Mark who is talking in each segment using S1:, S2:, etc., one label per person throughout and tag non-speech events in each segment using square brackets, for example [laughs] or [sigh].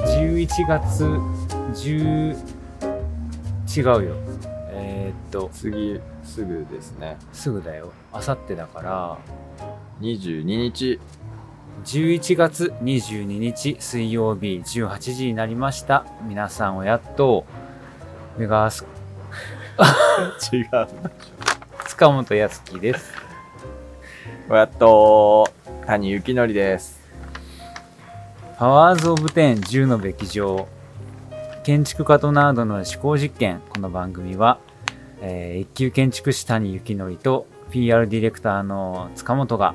S1: 1月10違うよえーっと
S2: 次すぐですね
S1: すぐだよあさってだから
S2: 22日
S1: 11月22日水曜日18時になりました皆さんをやっとメガス
S2: 違う
S1: 塚本康樹です
S2: やっと谷幸典です
S1: パワーズ・オブ・テン10のべき上建築家とナードの思考実験この番組は、えー一級建築士谷幸典と PR ディレクターの塚本が、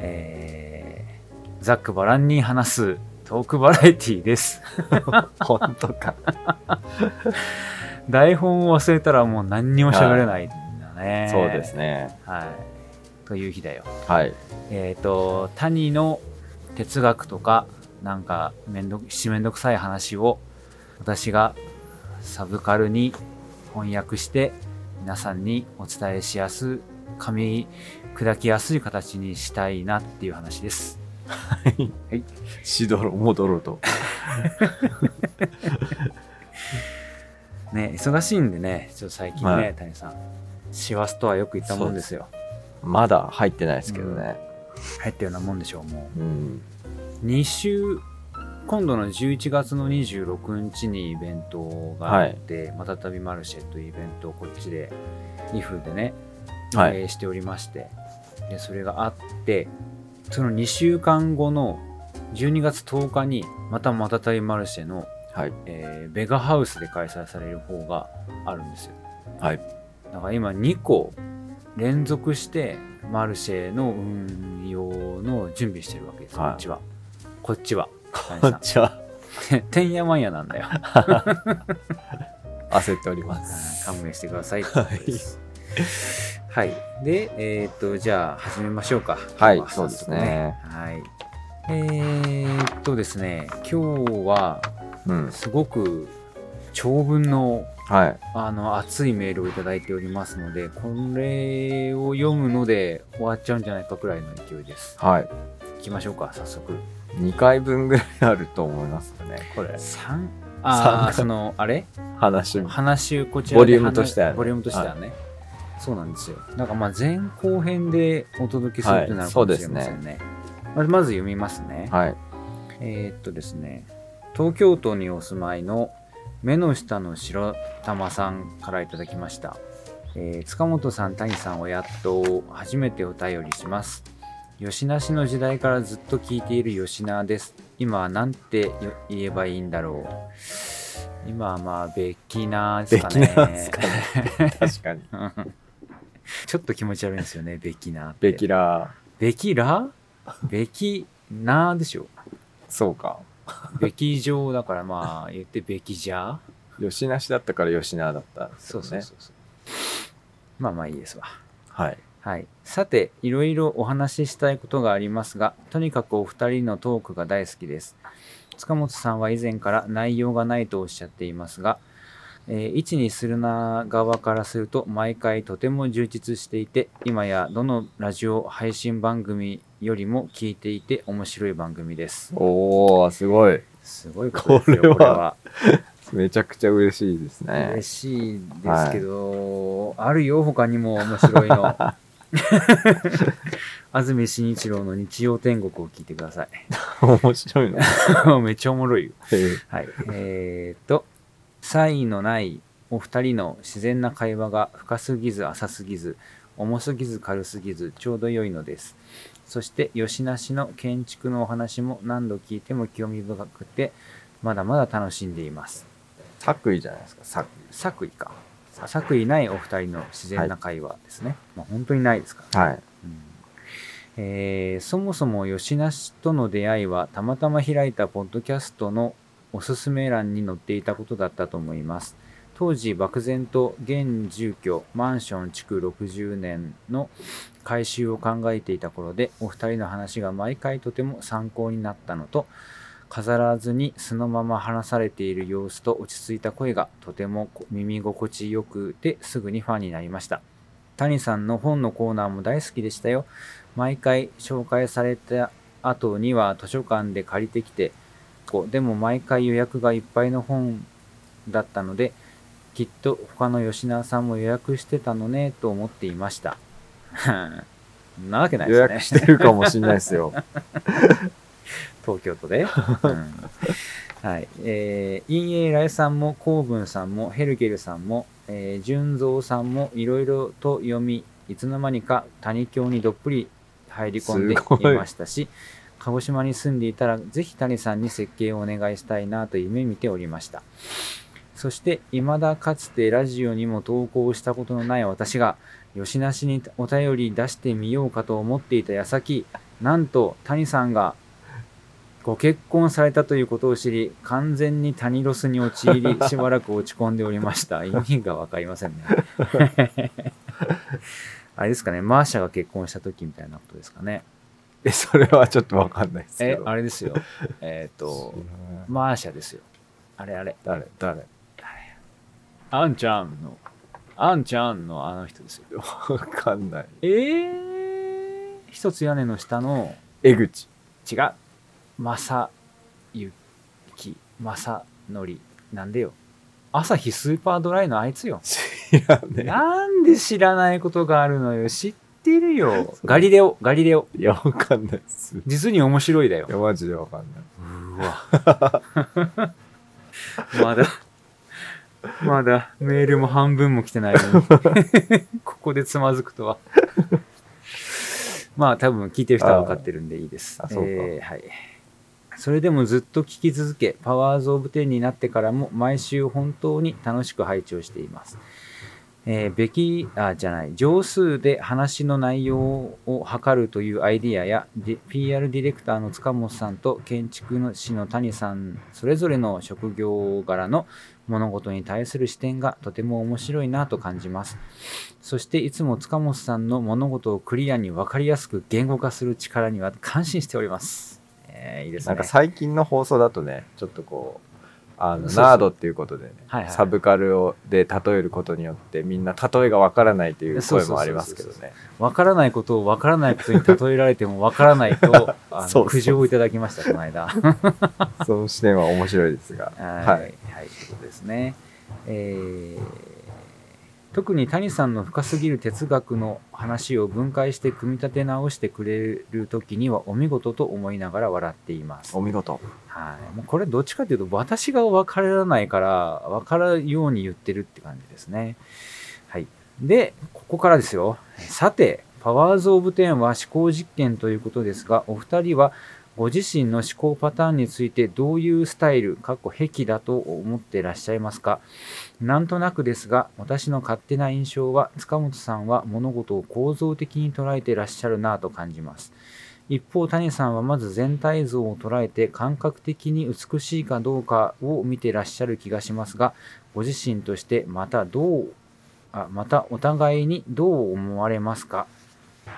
S1: えーざっくばらんに話すトークバラエティーです。 [laughs]
S2: 本当か
S1: 台本を忘れたらもう何にも喋れないんだね。
S2: [laughs] そうです。ね
S1: はい。という日だよ。
S2: はい
S1: えっ、と、谷の哲学とか、なんかめんど、しめんどくさい話を、私がサブカルに翻訳して、皆さんにお伝えしやすい、噛み砕きやすい形にしたいなっていう話です。
S2: しどろもどろと
S1: ね、忙しいんでね、ちょっと最近ね、
S2: はい
S1: 谷さん、師走とはよく言ったもんですよ。
S2: まだ入ってないですけどね
S1: 入ったようなもんでしょう、もう。
S2: うん
S1: 2週今度の11月の26日にイベントがあって、またたびマルシェというイベントをこっちで2風でね運
S2: はい
S1: 営しておりまして、でそれがあってその2週間後の12月10日にまたまたたびマルシェの、
S2: はい
S1: えーベガハウスで開催される方があるんですよ
S2: はい
S1: だから今2個連続してマルシェの運用の準備してるわけです、
S2: はい
S1: こっちはこっち
S2: [laughs]
S1: は
S2: こんにちは
S1: 谷さん [laughs] てんやわんやなんだよ
S2: 焦っております
S1: 勘弁してくださいってことですはい、でえっ、とじゃあ始めましょうか
S2: はい
S1: 今日
S2: そうですね
S1: 早速ねはいえーっとですね今日は
S2: うん
S1: すごく長文の
S2: はい
S1: あの熱いメールをいただいておりますのでこれを読むので終わっちゃうんじゃないかくらいの勢いです
S2: はい
S1: 行きましょうか早速
S2: 2回分ぐらいあると思いますよねこれ
S1: 3ああ
S2: 三
S1: そのあれ
S2: 話
S1: 話をこちらで
S2: ボリュームとしてはね
S1: 話ボリュームとしてはね、そうなんですよなんかまあ前後編でお届けするってなるかもしれませんね,、まずまず読みますね、
S2: はい
S1: えーっとですね東京都にお住まいの目の下の白玉さんからいただきました、えー塚本さん谷さんをやっと初めてお便りします吉名氏の時代からずっと聞いている吉名です今はなんてよ言えばいいんだろう今はまあべきなです
S2: で
S1: か
S2: き
S1: ね
S2: ないですかね確かに
S1: うん [laughs] ちょっと気持ち悪いんですよねべきなって
S2: ベキラ
S1: べきらべきなでしょ
S2: ーそうか
S1: べき上だからまあ言ってべきじゃ
S2: 吉なしだったから吉なだったんですよね
S1: そうそうまあまあいいですわ
S2: はい
S1: はいさていろいろお話ししたいことがありますがとにかくお二人のトークが大好きです塚本さんは以前から内容がないとおっしゃっていますが、えー位置にするな側からすると毎回とても充実していて今やどのラジオ配信番組よりも聞いていて面白い番組です
S2: おおすごい
S1: すごいことですよ
S2: これは
S1: これは
S2: めちゃくちゃ嬉しいですね
S1: 嬉しいですけど、あるよ他にも面白い [laughs] の安住紳一郎の日曜天国を聞いてください
S2: 面白いの
S1: [laughs] めっちゃおもろいよ
S2: へー
S1: はいえー、っと差異のないお二人の自然な会話が深すぎず浅すぎず重すぎず軽すぎずちょうど良いのですそして吉なしの建築のお話も何度聞いても興味深くてまだまだ楽しんでいます
S2: 作為じゃないですか作
S1: 作為か作為ないお二人の自然な会話ですね、まあ、本当にないですから、
S2: 為はい
S1: うんえーそもそも吉なしとの出会いはたまたま開いたポッドキャストのおすすめ欄に載っていたことだったと思います当時漠然と現住居マンション築60年の改修を考えていた頃でお二人の話が毎回とても参考になったのと飾らずにそのまま話されている様子と落ち着いた声がとても耳心地よくてすぐにファンになりました谷さんの本のコーナーも大好きでしたよ毎回紹介された後には図書館で借りてきて個でも毎回予約がいっぱいの本だったのできっと他の吉永さんも予約してたのねと思っていました [laughs] なわけないで
S2: 予
S1: すね
S2: 約してるかもしれないですよ。
S1: 東京都
S2: [laughs]
S1: で、うんはいえー、陰影来さんも公文さんもヘルケルさんも、えー、純蔵さんもいろいろと読みいつの間にか谷京にどっぷり入り込んで
S2: すご
S1: い
S2: い
S1: ましたし鹿児島に住んでいたらぜひ谷さんに設計をお願いしたいなと夢見ておりましたそして未だかつてラジオにも投稿したことのない私が吉なしにお便り出してみようかと思っていた矢先なんと谷さんがご結婚されたということを知り完全に谷ロスに陥 [laughs] りしばらく落ち込んでおりました意味が分かりませ [laughs] んねあれですかねマーシャが結婚した時みたいなことですかね
S2: え、それはちょっとわかんないですけ
S1: え
S2: ど。
S1: あれですよえっ、と
S2: 知らない
S1: マーシャですよあれあれ
S2: 誰誰
S1: あんちゃんのあんちゃんのあの人ですよ
S2: わかんない。
S1: えー、一つ屋根の下の
S2: 江口。
S1: 違う正幸正則なんでよ朝日スーパードライのあいつよ
S2: 知らね
S1: なんで知らないことがあるのよ知ってるよ [laughs] ガリレオガリレオ
S2: え。いや、わかんないっす。い
S1: 実に面白いだよ
S2: や、マジでわかん
S1: う
S2: な
S1: わ [laughs] まだまだメールも半分も来てないの [laughs] にここでつまずくとはまあ多分聞いてる人は分かってるんでいいです
S2: あそうか
S1: えーはいそれでもずっと聞き続けパワーズ・オブ・テンになってからも毎週本当に楽しく拝聴していますえーべきあじゃない上数で話の内容を測るというアイディアやで PR ディレクターの塚本さんと建築士の谷さんそれぞれの職業柄の物事に対する視点がとても面白いなと感じますそしていつも塚本さんの物事をクリアに分かりやすく言語化する力には感心しております、えーいいで
S2: い。
S1: すね
S2: なんか最近の放送だとね、ちょっとこう、あ
S1: そ
S2: の、
S1: うそう
S2: ナードっていうことでね
S1: はいはい
S2: サブカルをで例えることによって、みんな例えがわからないという
S1: そうそうそう
S2: 声
S1: そう
S2: もありますけどね。
S1: 分からないことを分からない
S2: [laughs]
S1: ことに例えられても分からないとあ
S2: そうそ
S1: の
S2: う
S1: 苦情をいただきましたこの
S2: [laughs]
S1: 間
S2: その視点は面白いですが。
S1: は、
S2: はい
S1: はい
S2: い。、
S1: ということですね。えー特に谷さんの深すぎる哲学の話を分解して組み立て直してくれる時にはお見事と思いながら笑っています。
S2: お見事。
S1: はい、もうこれどっちかというと私が分からないから分からんように言ってるって感じですね。はい、でここからですよさて「パワーズ・オブ・テン」は思考実験ということですがお二人はご自身の思考パターンについてどういうスタイルかっこ癖だと思ってらっしゃいますかなんとなくですが私の勝手な印象は塚本さんは物事を構造的に捉えてらっしゃるなぁと感じます。一方谷さんはまず全体像を捉えて感覚的に美しいかどうかを見てらっしゃる気がしますがご自身としてまたどうあまたお互いにどう思われますか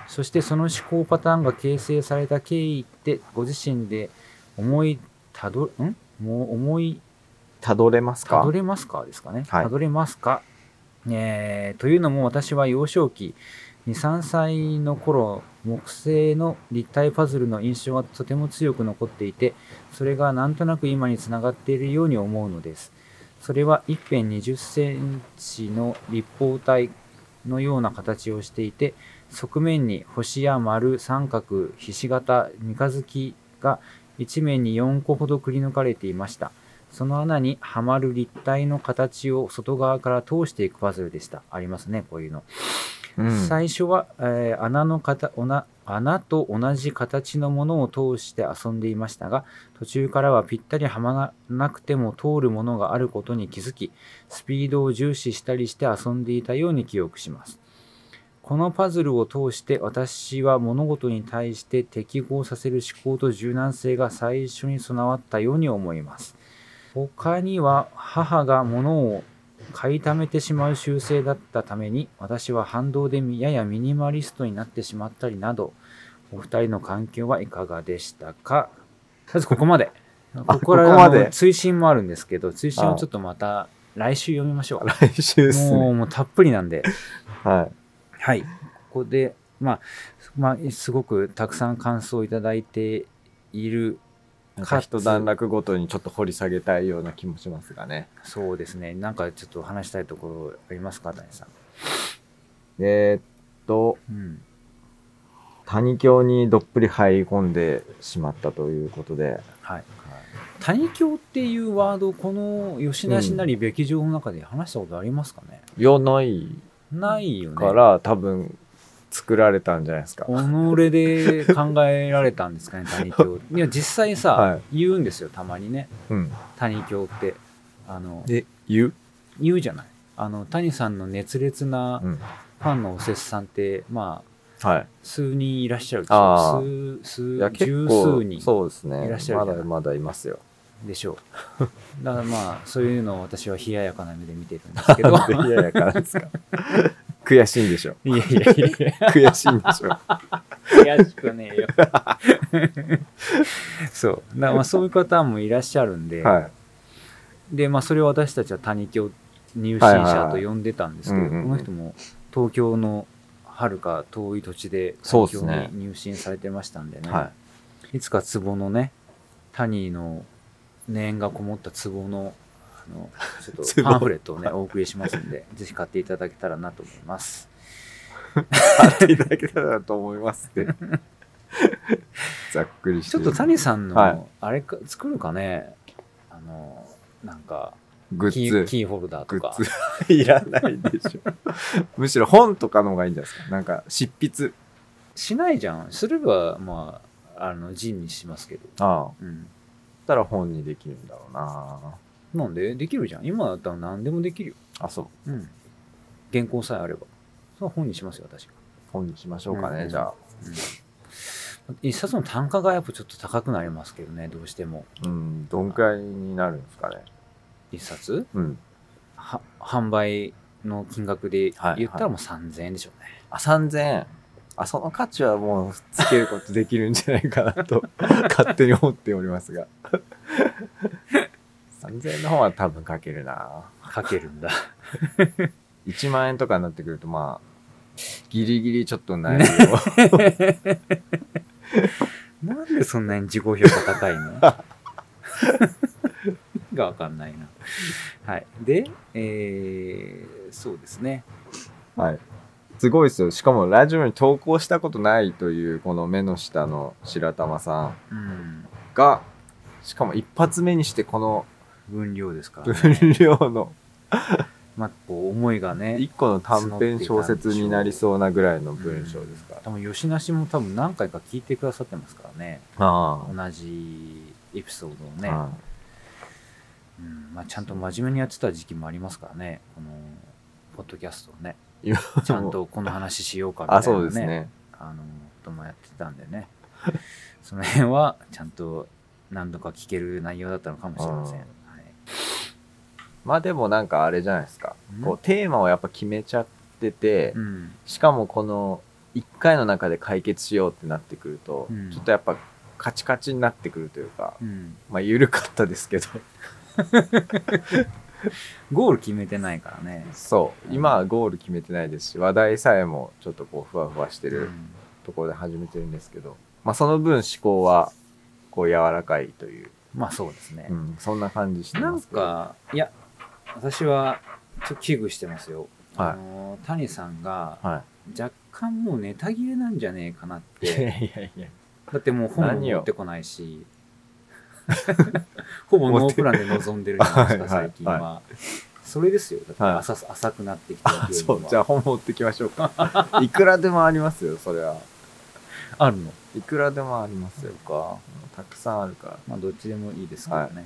S1: そしてその思考パターンが形成された経緯ってご自身で思いたどんもう思い
S2: たどれます
S1: た
S2: か
S1: どれますかですかね。
S2: はい
S1: たどれますか、えーというのも私は幼少期23歳の頃木製の立体パズルの印象がとても強く残っていてそれがなんとなく今につながっているように思うのですそれは一辺20センチの立方体のような形をしていて側面に星や丸三角ひし形三日月が一面に4個ほどくり抜かれていましたその穴にはまる立体の形を外側から通していくパズルでした。ありますね、こういうの。
S2: うん
S1: 最初は、えー穴の形おな穴と同じ形のものを通して遊んでいましたが途中からはぴったりはまらなくても通るものがあることに気づきスピードを重視したりして遊んでいたように記憶しますこのパズルを通して私は物事に対して適合させる思考と柔軟性が最初に備わったように思います他には母が物を買いためてしまう習性だったために私は反動でややミニマリストになってしまったりなどお二人の環境はいかがでしたかまずここまでここから
S2: ここまで
S1: あの追伸もあるんですけど追伸をちょっとまた来週読みましょう
S2: 来週っす
S1: も
S2: ね。
S1: うもうたっぷりなんで
S2: は
S1: はい、ここで、まあまあ、すごくたくさん感想をいただいている
S2: なんか一段落ごとにちょっと掘り下げたいような気もしますがね。
S1: そうですね。なんかちょっと話したいところありますか、谷さん。
S2: えーっと、
S1: うん。
S2: 谷教にどっぷり入り込んでしまったということで、
S1: はい。谷教っていうワード、この吉田しなりべき上の中で話したことありますかね、
S2: いや、ない
S1: ないよね。
S2: から、多分作られたんじゃないですか。
S1: 己で考えられたんです
S2: [laughs]
S1: かね、谷教。いや、実際さ、
S2: は
S1: 言うんですよ、たまにね。
S2: うん。
S1: 谷教って。あの、
S2: で、言う
S1: 言うじゃない。あの、谷さんの熱烈な
S2: うん。
S1: ファンのおせっさんって、まあ、
S2: はい。
S1: 数人いらっしゃるでし
S2: あ
S1: ょ
S2: ー
S1: 数、数
S2: いや、、結
S1: 十
S2: 構
S1: 数、人
S2: そうですね。
S1: いらっしゃる
S2: ま
S1: じゃない
S2: だまだいますよ。
S1: でしょう。だからまあ、そういうのを私は冷ややかな目で見てるんです
S2: [laughs]
S1: けど。 [laughs]
S2: なんで嫌やからですか。悔しいんでしょ。
S1: いやいやいや
S2: 悔しいんでしょ。
S1: 悔しくねえよ。 [laughs] そう。だからまあそういう方もいらっしゃるんで、
S2: はい。
S1: で、まあそれを私たちは谷教入信者と呼んでたんですけど、
S2: はいはいはいうんうんうん
S1: この人も東京のはるか遠い土地で
S2: そう
S1: 谷
S2: で
S1: 教
S2: すね
S1: に入信されてましたんでね、
S2: はい
S1: つか壺のね、谷の念がこもった壺のあのちょっと
S2: [laughs] 壺
S1: パンフレットをね、お送りしますんで、ぜひ買っていただけたらなと思います。
S2: い。いただけたらと思いま
S1: [laughs]
S2: すって。ざっくりして。
S1: ちょっと谷さんの、
S2: はい
S1: あれか作るかねあのなんか
S2: グッ
S1: キー
S2: ズ。
S1: キーホルダー
S2: グ
S1: とか
S2: ッズ [laughs] いらないでしょ。 [laughs] むしろ本とかの方がいいんじゃないですか。なんか執筆。
S1: しないじゃんすればまああのジンにしますけど、
S2: ああ。
S1: うん、
S2: ったら本にできるんだろうな。
S1: なんでできるじゃん今だったら何でもできるよ、
S2: あ、そう。
S1: うん、原稿さえあればそれは本にしますよ私が、
S2: 本にしましょうか
S1: うんう
S2: ね、
S1: ん
S2: じゃあ。
S1: うん、一冊の単価がやっぱちょっと高くなりますけどねどうしても
S2: うん。どんくらいになるんですかね。
S1: 一冊
S2: うん。
S1: は販売の金額で言ったらもう3000円でしょうね、
S2: あ、3000円。あ、その価値はもうつけることできるんじゃないかなと勝手に思っておりますが。3000円の方は多分書けるな。
S1: かけるんだ
S2: 1万円とかになってくると、まあ、ギリギリちょっと内容を
S1: なんでそんなに自己評価高いの [laughs] がわかんないな。はい。で、えー、そうですね。
S2: はい。すごいですよ。しかもラジオに投稿したことないという、この目の下の白玉さ
S1: う
S2: ん
S1: ん。
S2: が、しかも一発目にしてこの
S1: 分量ですから、ね。
S2: 分量の
S1: まあ、こう、思いがね
S2: 一。個の短編小説になりそうなぐらいの文章ですから。
S1: 多分、吉梨も多分何回か聞いてくださってますからね。
S2: あ
S1: 同じエピソードを
S2: あ
S1: ね。うんまあ、ちゃんと真面目にやってた時期もありますからね。この、ポッドキャストをね。
S2: 今
S1: ちゃんとこの話しようかみたいな、
S2: あ、そうですね。
S1: あのこともやってたんでね [laughs] その辺はちゃんと何度か聞ける内容だったのかもしれません、
S2: うん
S1: はい、
S2: まあでもなんかあれじゃないですか。
S1: うん
S2: こうテーマをやっぱ決めちゃってて
S1: う、ん
S2: しかもこの1回の中で解決しようってなってくると、
S1: うん
S2: ちょっとやっぱカチカチになってくるというか、
S1: うん
S2: まあ緩かったですけど、 [laughs]
S1: ゴール決めてないからね
S2: そう、今はゴール決めてないですし、話題さえもちょっとこうふわふわして
S1: う
S2: る
S1: ん
S2: ところで始めてるんですけど、まあその分思考はこう柔らかいという、
S1: まあそうですね
S2: う、ん、そんな感じして
S1: な
S2: ま
S1: ん
S2: すけど。
S1: かいや私はちょっと危惧してますよ、
S2: はい
S1: あの谷さんが
S2: は
S1: 若干もうネタ切れなんじゃねえかなっ [laughs]
S2: い。いや
S1: て
S2: いやいや。
S1: だってもう本も
S2: 何よ
S1: 持ってこないし [laughs] ほぼノープランで臨んでるじゃないですか
S2: [laughs] はいはい
S1: 最近はそれですよだって
S2: はい
S1: 浅,、浅くなってきた
S2: あ、
S1: ゲー
S2: そ
S1: ム
S2: う
S1: は。
S2: じゃあ本持ってきましょう [laughs] か。いくらでもありますよ、それは。
S1: あるの、
S2: いくらでもありますよか。たくさんあるか
S1: まあ、どっちでもいいですけどね、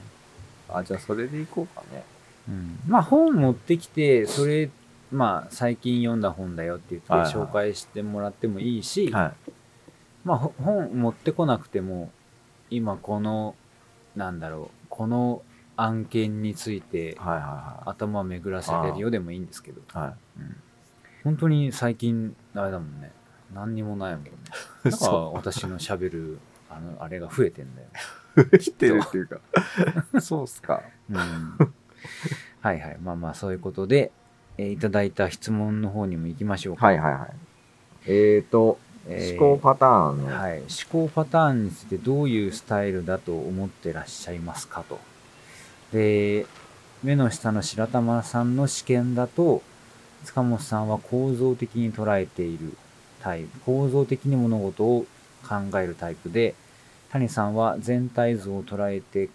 S2: ら。あ、じゃあそれでいこうかね。
S1: うん、まあ本持ってきてそれまあ最近読んだ本だよって言って
S2: はいはい
S1: 紹介してもらってもいいし、
S2: は
S1: まあほ本持ってこなくても今このなんだろうこの案件について
S2: はいは
S1: 頭を巡らせてるよでもいいんですけど
S2: いはい。は
S1: うん本当に最近あれだもんね何にもない
S2: [laughs]
S1: もんね
S2: い。
S1: だから私のしゃべるあのあれが増えてんだよ、
S2: う、来てるっていうか。 [laughs] そうっすか。
S1: うん、
S2: [laughs]
S1: はいはいまあまあそういうことで、えーいただいた質問の方にも行きましょうか、
S2: はいはいはい。えーと、
S1: えー
S2: 思考パターンの、
S1: はい、思考パターンについてどういうスタイルだと思ってらっしゃいますかと。で、目の下の白玉さんの試験だと、塚本さんは構造的に捉えているタイプ、構造的に物事を考えるタイプで、谷さんは全体像を捉えて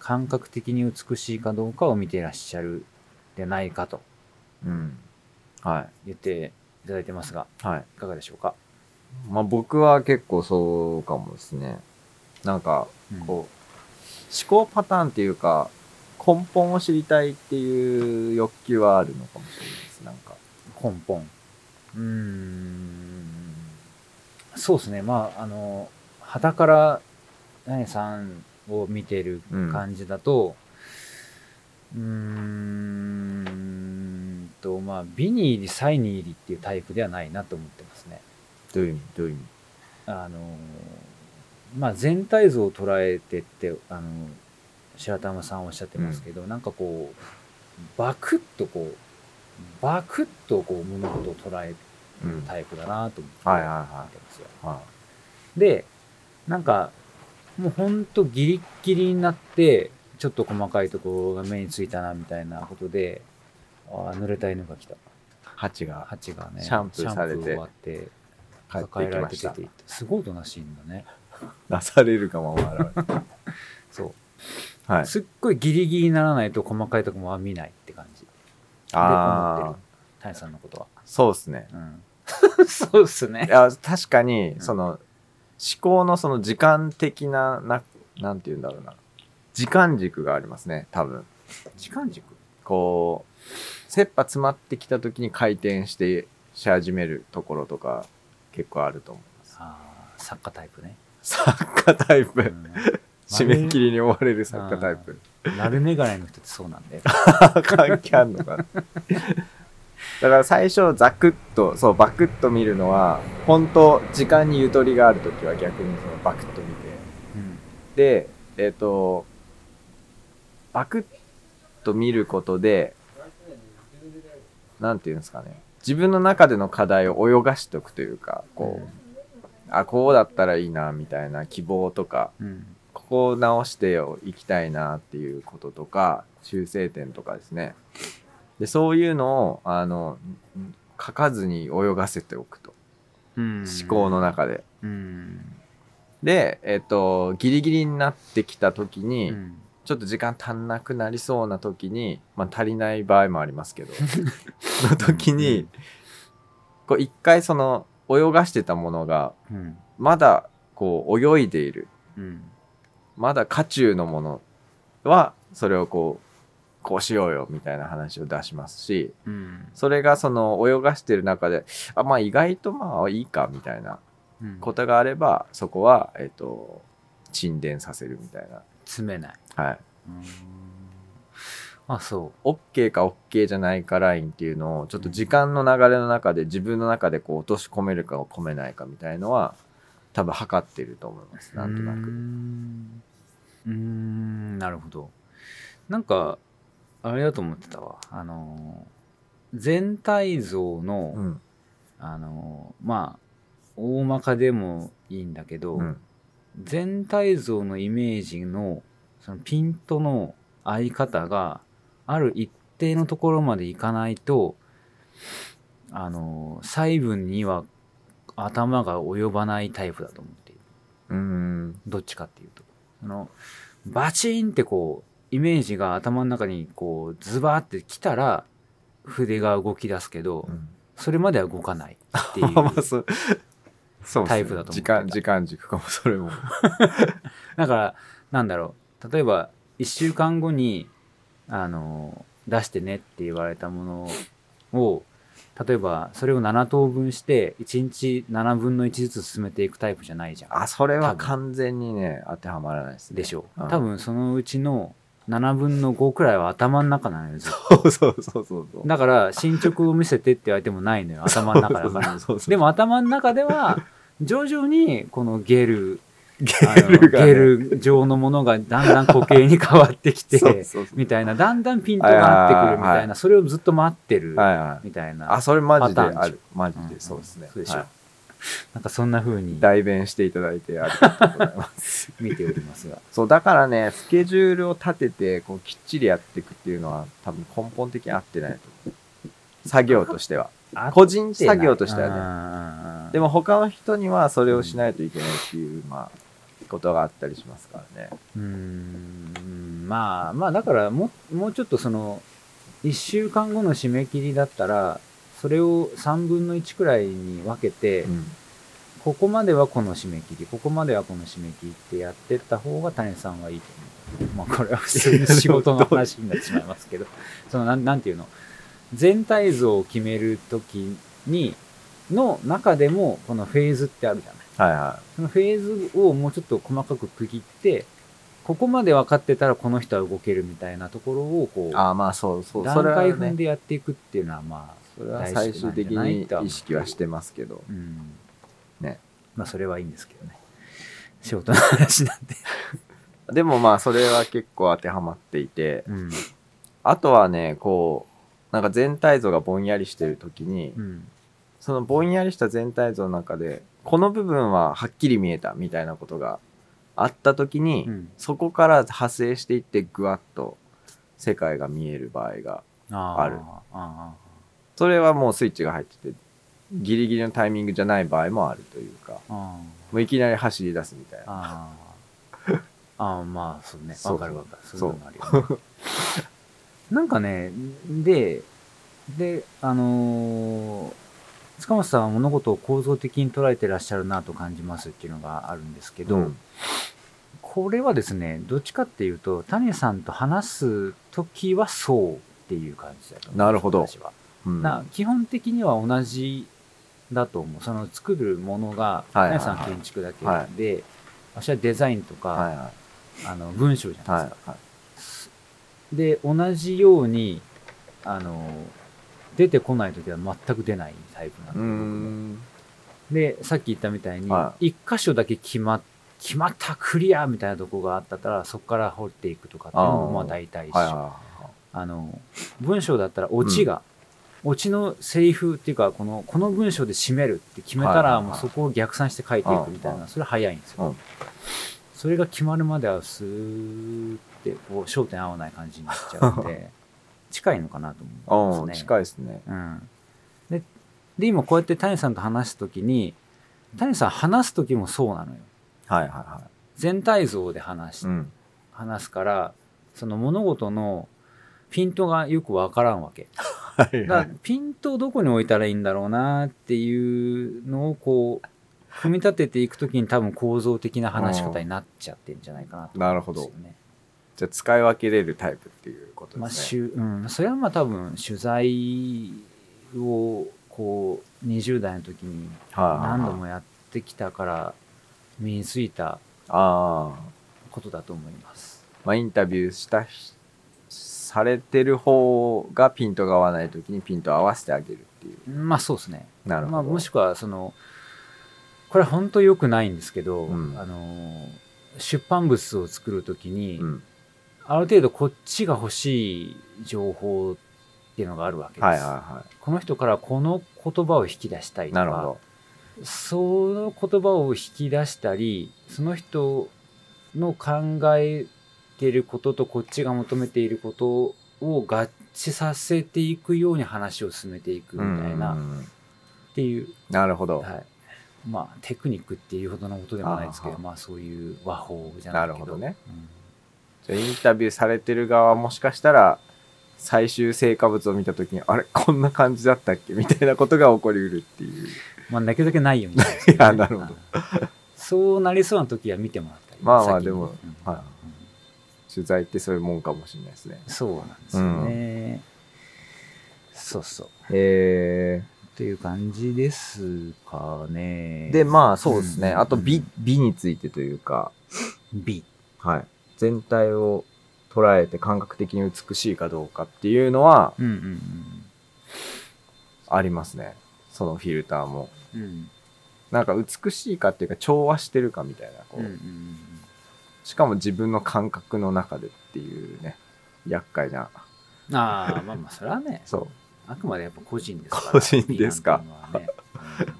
S1: 感覚的に美しいかどうかを見ていらっしゃるでないかと
S2: うんは
S1: 言っていただいてますが、
S2: いはい
S1: いかがでしょうか、
S2: まあ、僕は結構そうかもですねなんか
S1: うん
S2: こう、思考パターンっていうか根本を知りたいっていう欲求はあるのかもしれないですなんか
S1: 根本うーんそうですねまああの旗から何さんを見てる感じだとうーんとまあ美に入り才に入りっていうタイプではないなと思ってますね
S2: どういう意味どういう意味
S1: あのまあ全体像を捉えてってあの白玉さんおっしゃってますけど、なんかこうバクッとこうバクッとこう物事を捉え
S2: うん
S1: タイプだなと思って
S2: はいはいは
S1: 見てますよ。
S2: いは
S1: で、なんか、もうほんとギリッギリになって、ちょっと細かいところが目についたなみたいなことで、ああ、濡れた犬が来た。
S2: い蜂が
S1: ハチがね、
S2: シャンプーされ
S1: シャン
S2: て
S1: プー終わって、
S2: 帰って
S1: 抱え
S2: き
S1: られ
S2: ま
S1: て
S2: し
S1: 出
S2: た
S1: ていった。すごいとなしいんだね。
S2: 出されるかも笑われ [laughs] る
S1: そう。
S2: はい
S1: すっごいギリギリにならないと細かいところは見ないって感じ。
S2: あ
S1: 思っ
S2: あ
S1: てタイさんのことは。
S2: そうですね
S1: うん。 [laughs] そうっす
S2: い
S1: ね。
S2: や確かに
S1: ん
S2: その思考のその時間的なななんて言うんだろうな時間軸がありますね多分
S1: 時間軸
S2: こう切羽詰まってきた時に回転してし始めるところとか結構あると思います [laughs]
S1: ああ、作家タイプね。
S2: 作家タイプ、
S1: うん
S2: 締め切りに追われる作家タイプ
S1: なるメガネの人ってそうなんだよ。
S2: [laughs] 関係あんのかなだから最初ザクッとそうバクッと見るのは本当時間にゆとりがある時は逆にそのバクッと見て
S1: うん
S2: で、えっ、と、バクッと見ることで、なんていうんですかね、自分の中での課題を泳がしとくというか、こう、あ、こうだったらいいな、みたいな希望とか、
S1: うん
S2: ここを直していきたいなっていうこととか、修正点とかですね。で、そういうのを、あの、書かずに泳がせておくと。
S1: 思
S2: 思考の中で。
S1: うん
S2: で、えっ、と、ギリギリになってきた時に、
S1: うん
S2: ちょっと時間足んなくなりそうな時に、まあ、足りない場合もありますけど [laughs] の時
S1: う
S2: に
S1: ん
S2: こう一回その泳がしてたものが
S1: うん
S2: まだこう泳いでいる
S1: うん
S2: まだ渦中のものはそれをこうこうしようよみたいな話を出しますし
S1: うん
S2: それがその泳がしてる中であまあ意外とまあいいかみたいな
S1: うん
S2: ことがあればそこはえっ、と沈殿させるみたいな
S1: 詰めない
S2: はい
S1: うんあそ
S2: OK か OK じゃないかラインっていうのをちょっと時間の流れの中で自分の中でこう落とし込めるか込めないかみたいのは多分測ってると思います
S1: う
S2: なんとな
S1: うー
S2: く
S1: んうーんなるほどなんかあれだと思ってたわあの全体像の、
S2: うん
S1: あのまあ大まかでもいいんだけど、
S2: うん
S1: 全体像のイメージのそのピントの合い方がある一定のところまでいかないとあの細部には頭が及ばないタイプだと思っている
S2: うーん
S1: どっちかっていうとあのバチンってこうイメージが頭の中にこうズバーってきたら筆が動き出すけど
S2: うん
S1: それまでは動かないっていう
S2: [laughs] まあそうそうっすね
S1: タイプだと思って
S2: 時
S1: た
S2: 間時間軸かもそれも
S1: だからなんだろう例えば1週間後にあの出してねって言われたものを例えばそれを7等分して1日7分の1ずつ進めていくタイプじゃないじゃん
S2: あそれは
S1: 多分
S2: 完全にね当てはまらないですね
S1: でしょう、
S2: うん
S1: 多分そのうちの7分の5くらいは頭の中なのよずっと
S2: そうそうそうそうそう
S1: だから進捗を見せてって言われてもないのよ頭の中だから
S2: [laughs] そうそうそう
S1: でも頭の中では徐々にこのゲル
S2: ゲ
S1: あの
S2: ルがね
S1: ゲル状のものがだんだん固形に変わってきて
S2: そうそうそう
S1: みたいな、だんだんピントが合ってくるみ
S2: はい
S1: た
S2: はいい
S1: な、それをずっと待ってる
S2: はいはい
S1: みたいな。
S2: あそれマジで
S1: パターンでしょ
S2: あるマジ
S1: う
S2: で
S1: ん
S2: そうですね
S1: そうでしょ
S2: はい
S1: なんかそんな風に
S2: 代弁していただいてありがとうございます
S1: 見ておりますが。
S2: そうだからねスケジュールを立ててこうきっちりやっていくっていうのは多分根本的に合ってないと思う作業としては [laughs] 個人作業としてはね
S1: ね
S2: でも他の人にはそれをしないといけないっていう、まあことがあったりしますからね
S1: うーんまあまあだからももうちょっとその1週間後の締め切りだったらそれを3分の1くらいに分けて、ここまではこの締め切りここまではこの締め切りってやってった方が谷さんはいいと思う、まあ、これは普通に仕事の話になってしまいます
S2: [laughs]
S1: けどそのなんなんていうの全体像を決める時にの中でもこのフェーズってあるじゃない。
S2: はいは
S1: そのフェーズをもうちょっと細かく区切って、ここまで分かってたらこの人は動けるみたいなところをこ、
S2: いうああまあそうそうそ
S1: 段
S2: れは
S1: 階踏
S2: ね
S1: んでやっていくっていうのはまあ、
S2: それは最終的に意識はしてますけど
S1: うん。
S2: ね。
S1: まあそれはいいんですけどね。仕事の話なんで。
S2: でもまあそれは結構当てはまっていて
S1: うん。
S2: あとはねこうなんか全体像がぼんやりしてる時に
S1: うん。
S2: そのぼんやりした全体像の中でこの部分ははっきり見えたみたいなことがあった時に、
S1: うん
S2: そこから派生していってぐわっと世界が見える場合が
S1: あー
S2: ある
S1: あ
S2: それはもうスイッチが入っててギリギリのタイミングじゃない場合もあるというか
S1: ーあ
S2: もういきなり走り出すみたい
S1: ー。
S2: な
S1: あ [laughs] ーあー。まあそうね。
S2: そう
S1: わ
S2: そ
S1: か
S2: う
S1: るわかる。そういうのもあるよね。 [laughs] なんかね、で、で、あのー塚本さんは物事を構造的に捉えてらっしゃるなと感じますっていうのがあるんですけ
S2: け
S1: ど、
S2: ど、
S1: これはですね、どっちかっていうと、谷さんと話す時はそうっていう感じだと思う。
S2: なるほど
S1: 私は。
S2: うん
S1: な基本的には同じだと思うその作るものが
S2: はいは
S1: 皆
S2: いはい
S1: さん建築だけで、私はデザインとか、
S2: はいは
S1: あの文章じ
S2: い
S1: ゃない
S2: は
S1: ですか、
S2: いはい
S1: で同じようにあの出てこない時は全く出ないタイプなん
S2: う
S1: で
S2: ー
S1: 僕も
S2: ん
S1: でさっき言ったみたいに、
S2: は
S1: 一箇所だけ決まっ決まったクリアみたいなとこがあったらそこから掘っていくとかっていうのも
S2: あー
S1: まあ大体一緒、
S2: はいはいは
S1: あの文章だったらオチが、オチのセリフっていうかこのこの文章で締めるって決めた
S2: はいはい
S1: ら
S2: はい
S1: もうそこを逆算して書いていくみたい
S2: うんう
S1: なそれ早いんですよ、
S2: うん
S1: それが決まるまではスーってこう焦点合わない感じになっちゃうん
S2: [laughs]
S1: で近いのかなと
S2: い
S1: 思う
S2: うんん
S1: ですね、
S2: 近いですね
S1: うん、でで今こうやって谷さんと話す時に谷さん話す時もそうなのよ
S2: はいはいは
S1: 全体像で話し
S2: いうん
S1: 話すからその物事のピントがよくわからんわけ
S2: はい
S1: だからピントをどこに置いたらいいんだろうなっていうのをこう組み立てていくときに多分構造的な話し方になっちゃってんじゃないかなと
S2: [laughs] なるほ
S1: 思
S2: ど
S1: うんですよね。
S2: じゃあ使い分けれるタイプっていうこと
S1: まあ、
S2: です
S1: し
S2: ね、
S1: ゅうん、それはまあ多分取材をこう20代の時に
S2: はいはいはい
S1: 何度もやってきたから身についた
S2: ああ
S1: ことだと思います。
S2: まあ、インタビューしたひされてる方がピントが合わない時にピントを合わせてあげるっていう
S1: まあそうですね。
S2: なるほど、
S1: まあ、もしくはそのこれは本当良くないんですけど、
S2: うん
S1: あの出版物を作るときに、
S2: うん、
S1: ある程度こっちが欲しい情報っていうのがあるわけです。
S2: はいはいは
S1: この人からこの言葉を引き出したい
S2: い
S1: と
S2: なるほ
S1: か
S2: ど
S1: その言葉を引き出したりその人の考えてることとこっちが求めていることを合致させていくように話を進めていくみたいな、
S2: う
S1: っ
S2: んうんうん
S1: ていう
S2: なるほど、
S1: はい、まあテクニックっていうほどのことでもないですけ
S2: あ
S1: ど
S2: ー
S1: まあそういう和法じゃな
S2: ない
S1: け
S2: る
S1: ど
S2: ほどね
S1: うん
S2: じゃあインタビューされてる側はもしかしたら最終成果物を見た時にあれこんな感じだったっけみたいなことが起こりうるっていう
S1: まあなるだけないようにしたいです
S2: [laughs] いやなるほど
S1: うん [laughs] そうなりそうな時は見てもらったり
S2: まあまあ
S1: 先に
S2: でも
S1: うん
S2: は
S1: うん
S2: 取材ってそういうもんかもしれないですね
S1: そうなんですよね、そうそう
S2: え
S1: という感じですかね
S2: ー、でまあそうですね、
S1: うん
S2: あと美美についてというか
S1: B
S2: はい、全体を捉えて感覚的に美しいかどうかっていうのは
S1: うんうん
S2: ありますねそのフィルターも
S1: うんうん
S2: なんか美しいかっていうか調和してるかみたいなこ
S1: う
S2: う、
S1: んうんうん
S2: しかも自分の感覚の中でっていうね厄介な
S1: うんああまあまあそれはね
S2: そう
S1: あくまでやっぱ個人ですから
S2: 個人ですか
S1: B なんていうのはね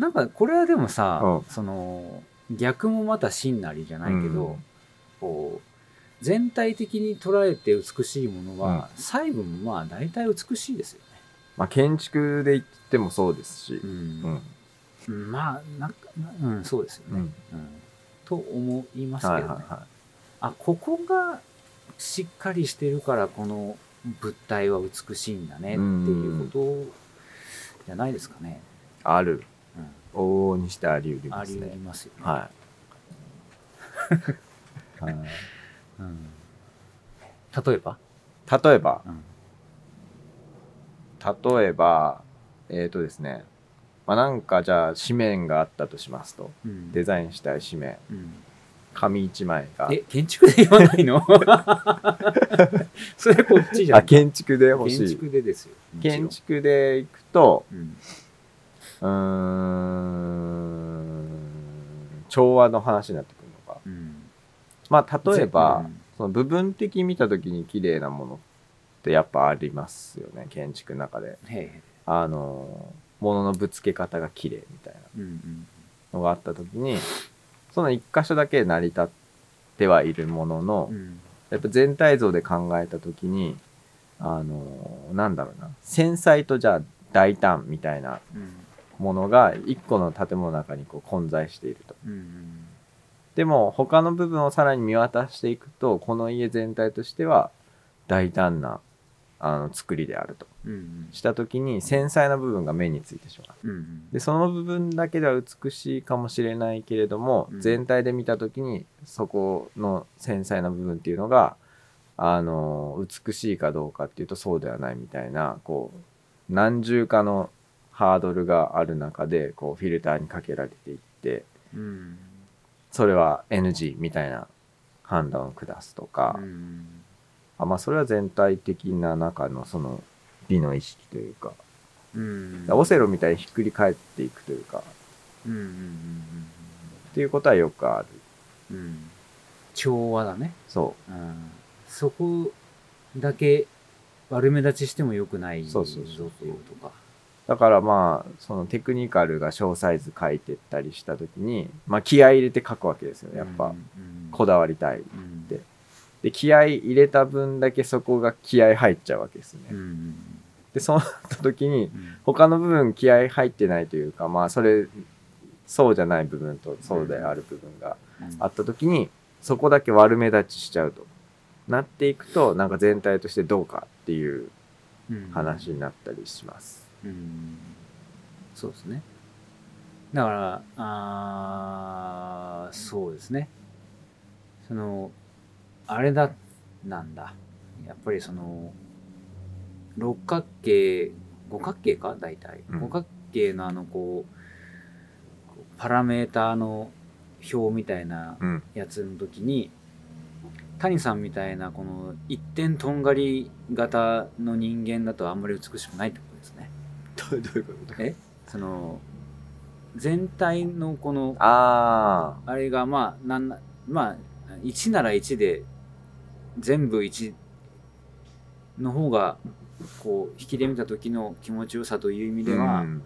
S1: うんなんかこれはでもさ、
S2: うん
S1: その逆もまた真なりじゃないけど、
S2: うん
S1: こう全体的に捉えて美しいものは、細部もまあ大体美しいですよね。
S2: まあ、建築で言ってもそうですし
S1: う、
S2: うんん
S1: まあなんか、なうん、そうですよ
S2: う
S1: ね、
S2: ん
S1: うんと思いますけど
S2: は
S1: ね、
S2: いはいは
S1: あここがしっかりしてるからこの物体は美しいんだねっていうことじゃないですかね。
S2: い、ある
S1: うん
S2: 往々にしてあり得り
S1: あ
S2: ます
S1: り得
S2: ね。
S1: ますよね。
S2: はいはい [laughs]
S1: うん、例えば、
S2: 例えば
S1: うん
S2: 例えばえっ、とですね、まあ、なんかじゃあ紙面があったとしますと
S1: うん
S2: デザインしたい紙面
S1: うん
S2: 紙一枚が
S1: え建築で言わないのそれこっちじゃん
S2: あ建築で欲し
S1: 建
S2: い
S1: 築でですよ
S2: 建
S1: もち
S2: 築でいくと
S1: ろんうん
S2: うーん調和の話になってくるのか
S1: うん
S2: まあ例えば、
S1: うん
S2: その部分的に見た時に綺麗なものってやっぱありますよね建築の中で
S1: へえ
S2: あのもののぶつけ方が綺麗みたいな
S1: うんうん
S2: のがあった時にその一箇所だけ成り立ってはいるものの
S1: うん
S2: やっぱ全体像で考えた時にあのなんだろうな繊細とじゃあ大胆みたいな
S1: うん
S2: ものが一個の建物の中にこう混在していると。
S1: うん
S2: でも他の部分をさらに見渡していくとこの家全体としては大胆なあの作りであると
S1: うんうん
S2: した時に繊細な部分が目についてしまう。
S1: うん
S2: でその部分だけでは美しいかもしれないけれども、
S1: うん
S2: 全体で見た時にそこの繊細な部分っていうのがあの美しいかどうかっていうとそうではないみたいなこう何重かのハードルがある中でこうフィルターにかけられていって
S1: うん
S2: それは NG みたいな判断を下すとか、
S1: うん
S2: あまあそれは全体的な中のその美の意識というか、
S1: うん
S2: オセロみたいにひっくり返っていくというか
S1: うんうんうん
S2: っていうことはよくある。
S1: うんうん調和だね
S2: そう
S1: うんそこだけ悪目立ちしてもよくない
S2: そ
S1: ぞ
S2: う
S1: と
S2: そうそう
S1: いうとか
S2: だからまあそのテクニカルが小サイズ書いてったりした時に、まあ、気合い入れて書くわけですよねやっぱこだわりたい
S1: うん
S2: でで気合い入れた分だけそこが気合い入っちゃうわけです
S1: うん
S2: ね
S1: うん
S2: でそうなった時に
S1: うん
S2: 他の部分気合い入ってないというかまあそれそうじゃない部分とそうである部分が
S1: うん
S2: あった時にそこだけ悪目立ちしちゃうとなっていくとなんか全体としてどうかっていう話になったりします
S1: うんそうですねだからあーそうですねそのあれだなんだやっぱりその六角形五角形か大体、
S2: うん
S1: 五角形のあのこうこうパラメーターの表みたいな
S2: うん
S1: やつの時に谷さんみたいなこの一点とんがり型の人間だとあんまり美しくないってことですね
S2: どういうこと
S1: えその全体のこの
S2: あ
S1: あれがまあなんなまあ1なら1で全部1の方がこう引きで見た時の気持ちよさという意味
S2: あ
S1: では、
S2: うん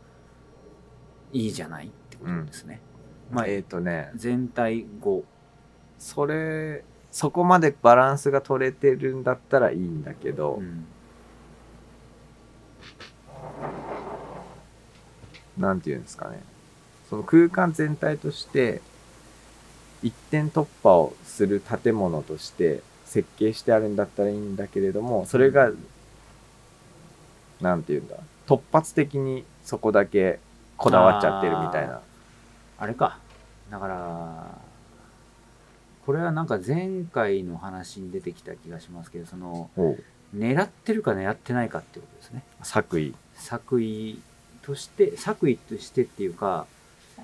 S1: いいじゃないってことですね、まあ
S2: えっ、とね
S1: 全体5
S2: それそこまでバランスが取れてるんだったらいいんだけど、
S1: うん
S2: なんていうんですかねその空間全体として一点突破をする建物として設計してあるんだったらいいんだけれどもそれがなんていうんだ突発的にそこだけこだわっちゃってるみたいな
S1: あれか。だから、これはなんか前回の話に出てきた気がしますけど、その、
S2: おう
S1: 狙ってるか狙ってないかってことですね。
S2: 作為
S1: 作為として、作為としてっていうか、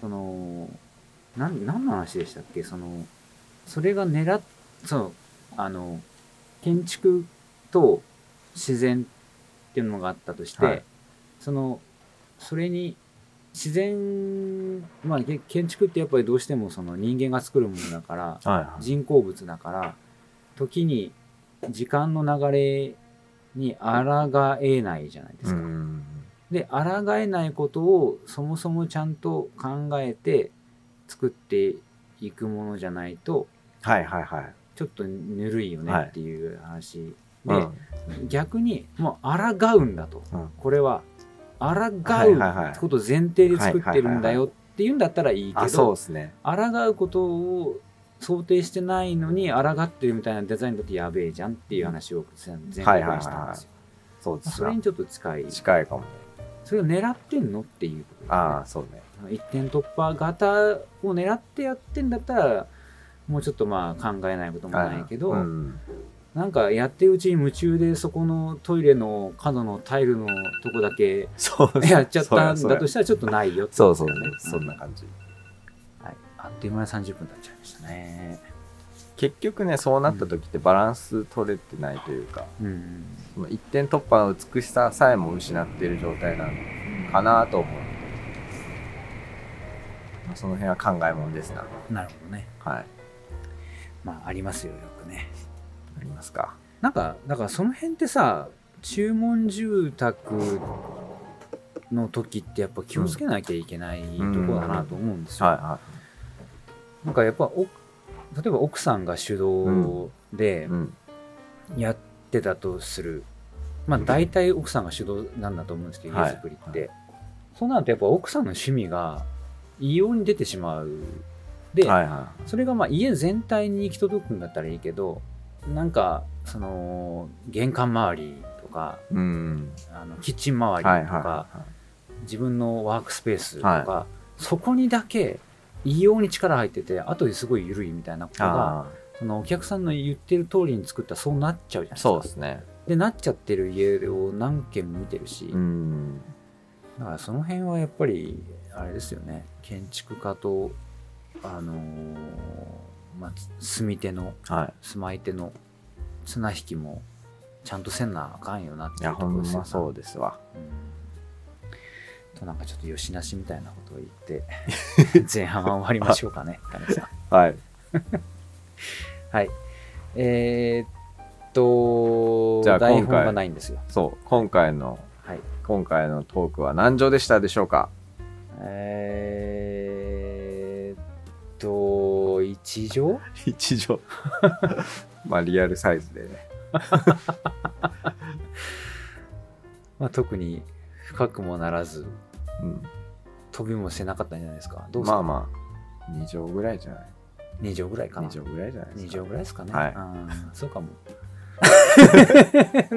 S1: その、なん、何の話でしたっけその、それが狙っ、その、あの、建築と自然っていうのがあったとして、
S2: はい
S1: その、それに自然、まあ、け建築ってやっぱりどうしてもその人間が作るものだから、
S2: は
S1: 人工物だから時に時間の流れに抗えないじゃないで
S2: う
S1: すか、
S2: ん
S1: で抗えないことをそもそもちゃんと考えて作っていくものじゃないと
S2: はいはいはい。
S1: ちょっとぬるいよね
S2: はい
S1: っていう話で、
S2: うん、
S1: 逆にもう抗うんだと、
S2: うん
S1: これは抗
S2: はいはいは
S1: う
S2: い
S1: ことを前提で作ってるんだよっていうんだったらいい
S2: あ
S1: け
S2: そう
S1: ど
S2: ですね。
S1: 抗うことを想定してないのに抗ってるみたいなデザインだとやべえじゃんっていう話を前前
S2: は
S1: 回
S2: いはいはいはい
S1: したんですよ。
S2: そうで
S1: まあ
S2: す
S1: それ
S2: ね
S1: に。ちょっと近い
S2: 近いかも。
S1: それを狙ってんのっていうことですね
S2: ああ、そうね。
S1: 一点突破型を狙ってやってんだったらもうちょっとまあ考えないこともないけど、
S2: うん、
S1: なんかやってるうちに夢中でそこのトイレの角のタイルのとこだけ
S2: [laughs] そう
S1: やっちゃったん
S2: そうや
S1: だとしたらちょっとないよって
S2: そうそうね。
S1: うん
S2: そんな感じ。
S1: はい、あっという間に30分経っちゃいましたね
S2: 結局ね、そうなった時ってバランス取れてないというか、
S1: うん
S2: その一点突破の美しささえも失っている状態なのかなと思うので、まあその辺は考えものですな。
S1: なるほどね
S2: はい。
S1: まあありますよよくね
S2: ありますか。
S1: なんかだからその辺ってさ注文住宅の時ってやっぱ気をつけなきゃいけないところだなと思うんですよ、
S2: はいは
S1: なんかやっぱお例えば奥さんが主導
S2: い。
S1: で
S2: うん。
S1: やってたとする、まあ大体奥さんが主導なんだと思うんですけど
S2: はい
S1: 家作りって、そうなるとやっぱ奥さんの趣味が異様に出てしまうで、
S2: はいは
S1: それがまあ家全体に行き届くんだったらいいけどなんかその玄関周りとか
S2: い。うん。
S1: あのキッチン周りとか、
S2: はいはいは
S1: 自分のワークスペースとか、
S2: は
S1: そこにだけ異様に力入っててあとですごい緩いみたいなこ
S2: い。
S1: とが
S2: あ
S1: そのお客さんの言ってる通りに作ったらそうなっちゃうじゃない
S2: あ、
S1: ですか
S2: そうですね。
S1: でなっちゃってる家を何軒も見てるし、
S2: うん。
S1: だからその辺はやっぱりあれですよね建築家とあのーまあ、住み手の
S2: はい。
S1: 住まい手の綱引きもちゃんとせんなあかんよなっ
S2: い
S1: てい
S2: や、
S1: うとこ
S2: ほ
S1: ろで
S2: ん
S1: すよ
S2: ま
S1: ね
S2: そうですわ。
S1: うんとなんかちょっとよしなしみたいなことを言っ
S2: [laughs]
S1: て前半は終わりましょうかね、金さん。
S2: はい。
S1: はい。えーっと、
S2: じゃあ
S1: 台
S2: 今
S1: 本
S2: 回
S1: がないんですよ。
S2: そう、今回の、
S1: はい。
S2: 今回のトークは何乗でしたでしょうか
S1: えーっと、一乗
S2: 一乗。 [laughs] まあ、リアルサイズでね。
S1: まあ、特に深くもならず、
S2: う。
S1: 飛びもしてなかったんじゃないですか。どうんですか、
S2: まあまあ、二乗ぐらいじゃない
S1: 二乗ぐらいかな。
S2: 二乗ぐらいじゃないです
S1: 二
S2: か。
S1: 畳ぐらいですかね。
S2: はい [laughs]
S1: あーそうかも。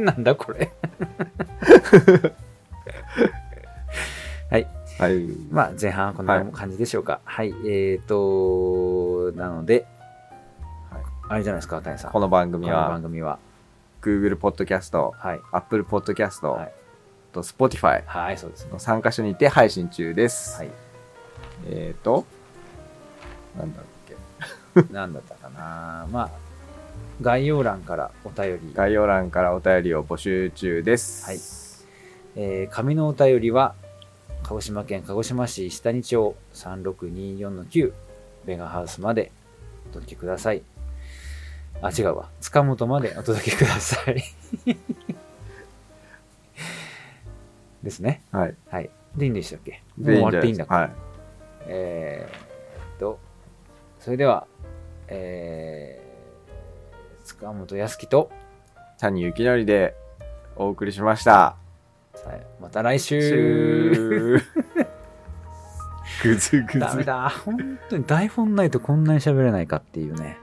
S1: [laughs] なんだこれ。はい。
S2: はい。
S1: まあ、前半はこんな感じでしょうか。はい。えっ、と、なので、
S2: はい
S1: あれじゃないですか、谷さん。
S2: こ
S1: こ
S2: の番組
S1: の番
S2: は、
S1: 組は。
S2: Google Podcast、
S1: はい。
S2: Apple Podcast、
S1: はい
S2: と Spotify
S1: はい、そうですね。
S2: の3カ所にて配信中です。
S1: はい。
S2: えっ、ー、と、なんだっけ。
S1: なんだったかな。まあ、概要欄からお便り。
S2: 概要欄からお便りを募集中です。
S1: はいえー紙のお便りは鹿児島県鹿児島市下二町3624-9ベガハウスまでお届けくださいあ違うわ塚本までお届けください [laughs] ですね
S2: はい。
S1: はいでいいんでしたっけもう
S2: で
S1: 終わっていいん
S2: じゃ
S1: だ
S2: なはい。
S1: えーっとそれではえー塚本康樹と
S2: 谷幸典でお送りしました。
S1: さまた来
S2: シ
S1: 週
S2: ューぐずぐず。
S1: ダメだ。本当に台本ないとこんなに喋れないかっていうね。